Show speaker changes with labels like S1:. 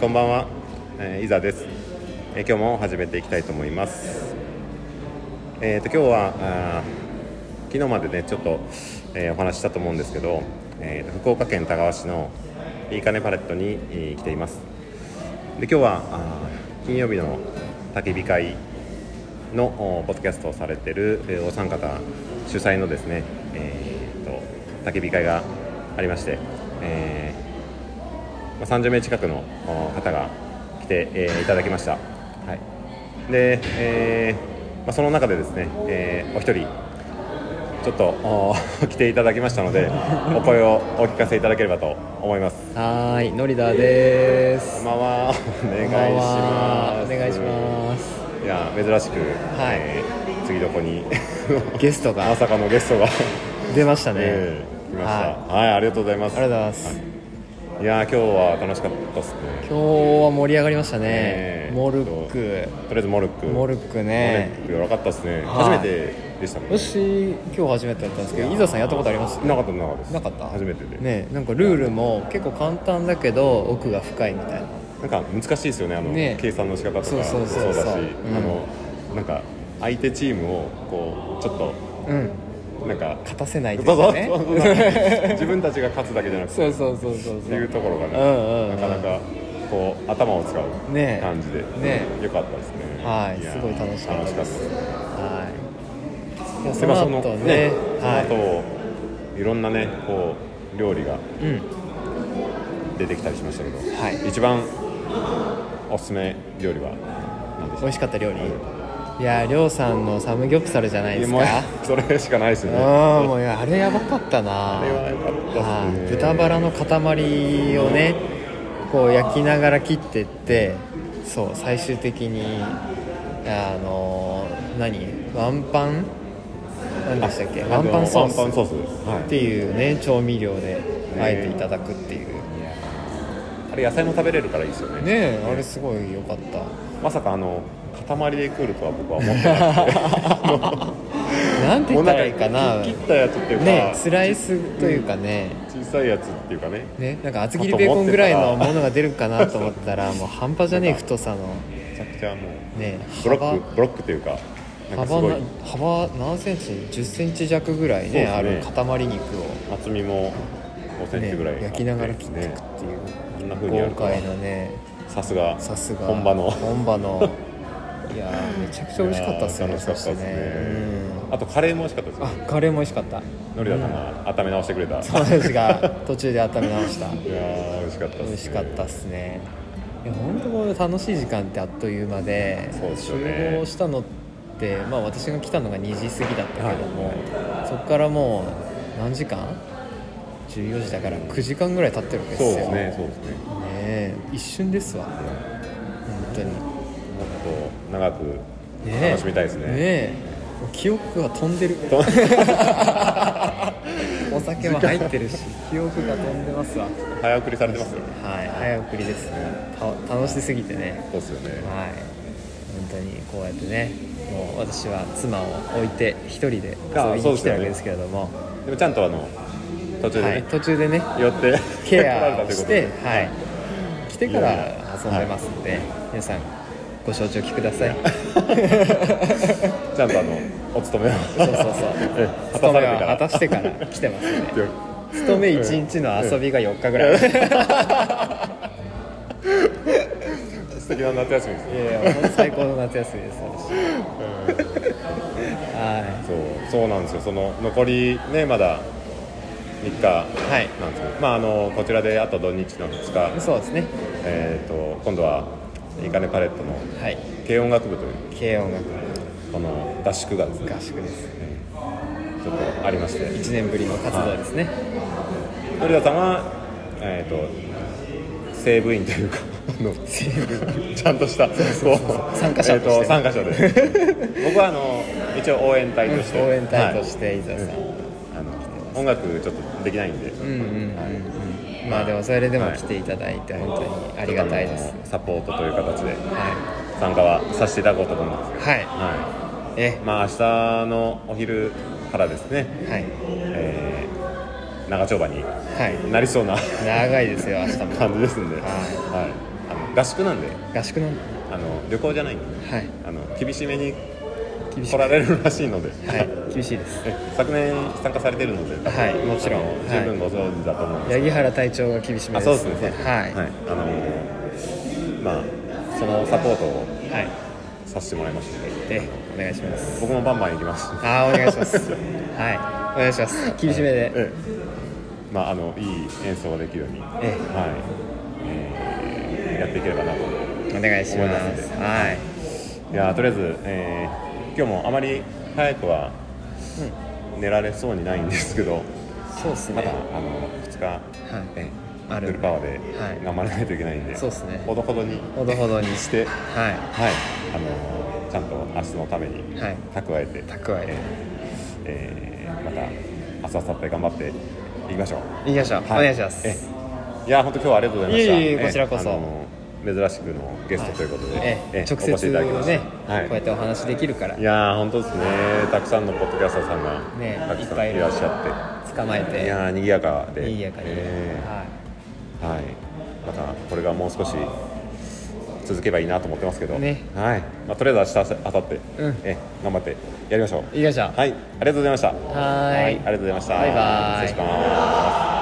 S1: こんばんは、えー、伊沢です、えー、今日も始めていきたいと思いますえっ、ー、と今日は昨日までねちょっと、えー、お話ししたと思うんですけど、えー、福岡県田川市のいいかねパレットに、えー、来ていますで今日は金曜日の焚き火会のポッドキャストをされてる、えー、お三方主催のですね、えーと、と焚き火会がありまして、えー、まあ、30名近くの方が来て、えー、いただきました、はい、で、えー、まあ、その中でですね、えお一人ちょっと 来ていただきましたのでお声をお聞かせいただければと思います
S2: はいのりだです
S1: まはお願いします
S2: お願いします
S1: いや珍しく、はいえー、次どこに
S2: ゲストが
S1: まさかのゲスト が
S2: 出ましたね、
S1: えー、来ましたはい、はい、ありがとうございます、
S2: ありがとうございます、はい
S1: いや今日は楽しかったですね
S2: 今日は盛り上がりましたね、えー、モルック
S1: とりあえずモルック
S2: モルックね
S1: モルックよかったですね、初めてでしたもんね
S2: 私今日初めてだったんですけど伊沢さんやったことあります
S1: なかったなかった
S2: なかった
S1: 初めてで
S2: ねなんかルールも結構簡単だけど奥が深いみたいな
S1: なんか難しいですよねあの、ね、計算の仕方とかそうだし、うん、あのなんか相手チームをこうちょっと、
S2: うん、なんか勝たせない
S1: とか、ね、自分たちが勝つだけじゃなくて
S2: そうそうそうそう
S1: っていうところがね、うんうん、なかなかこう頭を使う感じで、ねね、よかったですね
S2: はいすごい楽しかった
S1: ですはい
S2: その後ねね、
S1: はい、その後いろんなねこう料理が出てきたりしましたけど、はい、一番おすすめ料理は何でしょう
S2: 美味しかった料理、いやりょうさんのサムギョプサルじゃないですか
S1: それしかないですね
S2: あもうあれやばかったな
S1: あれはやばかったです
S2: ね豚バラの塊をねこう焼きながら切ってってそう最終的にあの何ワンパン何でしたっけワンパンソース
S1: ワンパンソー
S2: スっていうね、はい、調味料であえていただくっていう、
S1: あれ野菜も食べれるからいいですよね
S2: ねあれすごい良かった
S1: まさかあの塊で来るとは僕は思ってなくて
S2: なん て言ったらいいかな
S1: 切ったやつっていうか
S2: ねスライスというかね、
S1: うん、小さいやつっていうかね
S2: ねなんか厚切りベーコンぐらいのものが出るかなと思ったらもう半端じゃねえ太さの
S1: めちゃくちゃもう
S2: ね
S1: ブロックブロックというか
S2: 幅な幅何センチ1 0ンチ弱ぐらいね、ね、ある塊肉
S1: を厚みも5センチぐらい、
S2: ね、焼きながら切っていくっていう、ねんな風にやるからね
S1: さすが
S2: さすが
S1: 本場の
S2: 本場のいやめちゃくちゃ美味しかったですね
S1: 楽しかったですね、うん、あとカレーも美味しかったです、
S2: ね、あカレーも美味しかった
S1: のりださんが温め直してくれた、うん、
S2: そうですが途中で温め直したいや
S1: 美味しかったっす、ね、
S2: 美味しかったっすねいや本当楽しい時間ってあっという間で
S1: そうです
S2: よ、ね、集合したのってまあ私が来たのが2時過ぎだったけども、はい、そこからもう何時間14時だから9時間ぐらい経ってるわけですよ
S1: そうですねそうですね
S2: ね一瞬ですわ、うん、本当にも
S1: っと長く楽しみたいですねね
S2: ね記憶が飛ん でるお酒も入ってるし記憶が飛んでますわ
S1: 早送りされてます
S2: はい早送りですね楽しすぎてね
S1: そうですよね
S2: はい本当にこうやってねもう私は妻を置いて一人で遊びに来てるわけですけれども、ね、
S1: でもちゃんとあの途中でね、はい、
S2: 途中でね
S1: 寄って
S2: ケアしてはい、来てから遊んでますんで、はい、皆さんご承知おきください
S1: ちゃんとあのお勤めを
S2: そうそう そ
S1: 勤
S2: う
S1: めを
S2: 果たしてから来てますんで勤め1日の遊びが4日ぐらい
S1: 素敵な夏休みですね
S2: いやいや最高の夏休みです
S1: はいそうそうなんですよその残りねまだ3日なんですけど、はい、まあ、あのこちらであと土日の2
S2: 日そうですね、
S1: えーと、と今度はいいかねパレットの軽音楽部という、
S2: 軽音楽部
S1: この合宿がです
S2: ね合宿で
S1: ち
S2: す
S1: ょっとありまして
S2: 1年ぶりの活動ですね
S1: のりださんは、えーと、と西部員というか ちゃんとした
S2: 参加者として、
S1: 参加者で僕はあの一応応援隊として、
S2: うん、応援隊として、はい、伊沢さん、うん
S1: 音楽ちょっとできないんで、
S2: うんうんはい、まあでもそれでも来ていただいて本当にありがたいです、はい、
S1: サポートという形で参加はさせていただこうと思うんですけど
S2: はい、
S1: はい、えまあ明日のお昼からですね、
S2: はい
S1: えー、長丁場になりそうな、はい、
S2: 長いですよ明日も
S1: 感じですんで、
S2: はい
S1: はい、あの合宿なんで
S2: 合宿なん
S1: あの旅行じゃないんでね
S2: はい
S1: あの厳しめに
S2: 厳しい
S1: 来られるらしいので、
S2: はい厳しいで す
S1: え昨年参加されてるので多分
S2: はいもちろん
S1: あの
S2: はい
S1: 十分ご存知だと思うんですけど
S2: 八木原隊長が厳しめ
S1: あ
S2: です
S1: そうですね
S2: は
S1: は、
S2: いはい
S1: あのーまあそのサポートを
S2: い、
S1: させてもらいましたので
S2: でお願いします
S1: 僕もバンバン行きます
S2: ああお願いします はいお願いします厳しめで
S1: ええまああのいい演奏ができるようにはい、
S2: え
S1: えーやっていければなと
S2: えお願いし
S1: 思い
S2: ま
S1: ますすんで
S2: はい
S1: いやーとりあえず、えー今日もあまり早くは寝られそうにないんですけど
S2: そうです
S1: ま
S2: ね
S1: だあの2日、ええ
S2: ある
S1: フルパワーで
S2: はい
S1: 頑張らないといけないんで、
S2: そうっすね
S1: ほどほどに
S2: ほどほどにし
S1: して
S2: はい
S1: はい、あのーちゃんと明日のために
S2: はい
S1: 蓄えて、
S2: 蓄え
S1: え
S2: て
S1: ーえーまた明日明後日頑張っていきましょう。
S2: 行きましょう、
S1: は
S2: お願いします
S1: えいや本当今日はありがとうございました。
S2: いえいえこちらこそ
S1: あのー珍しくのゲストということで、
S2: ええ
S1: え
S2: 直
S1: お越し
S2: 接
S1: いただきました
S2: ね、
S1: はい
S2: こうやってお話できるから
S1: いやー本当ですね。たくさんのポッドキャスターさんが、
S2: ね
S1: たく
S2: いっ
S1: さ
S2: ぱ
S1: ん
S2: い
S1: い
S2: いる
S1: らっしゃ
S2: 捕まえ
S1: って、い
S2: て
S1: やー賑やかで、
S2: にぎやかに、
S1: え
S2: はい
S1: ーはい。またこれがもう少し続けばいいなと思ってますけど、
S2: ね
S1: はい。まあとりあえず明日明後日、
S2: うん
S1: えー頑張ってやりましょう。
S2: 行きましょう
S1: はい、ありがとうございました。
S2: はーい
S1: ありがとうございました。
S2: バイバイ
S1: 失礼します。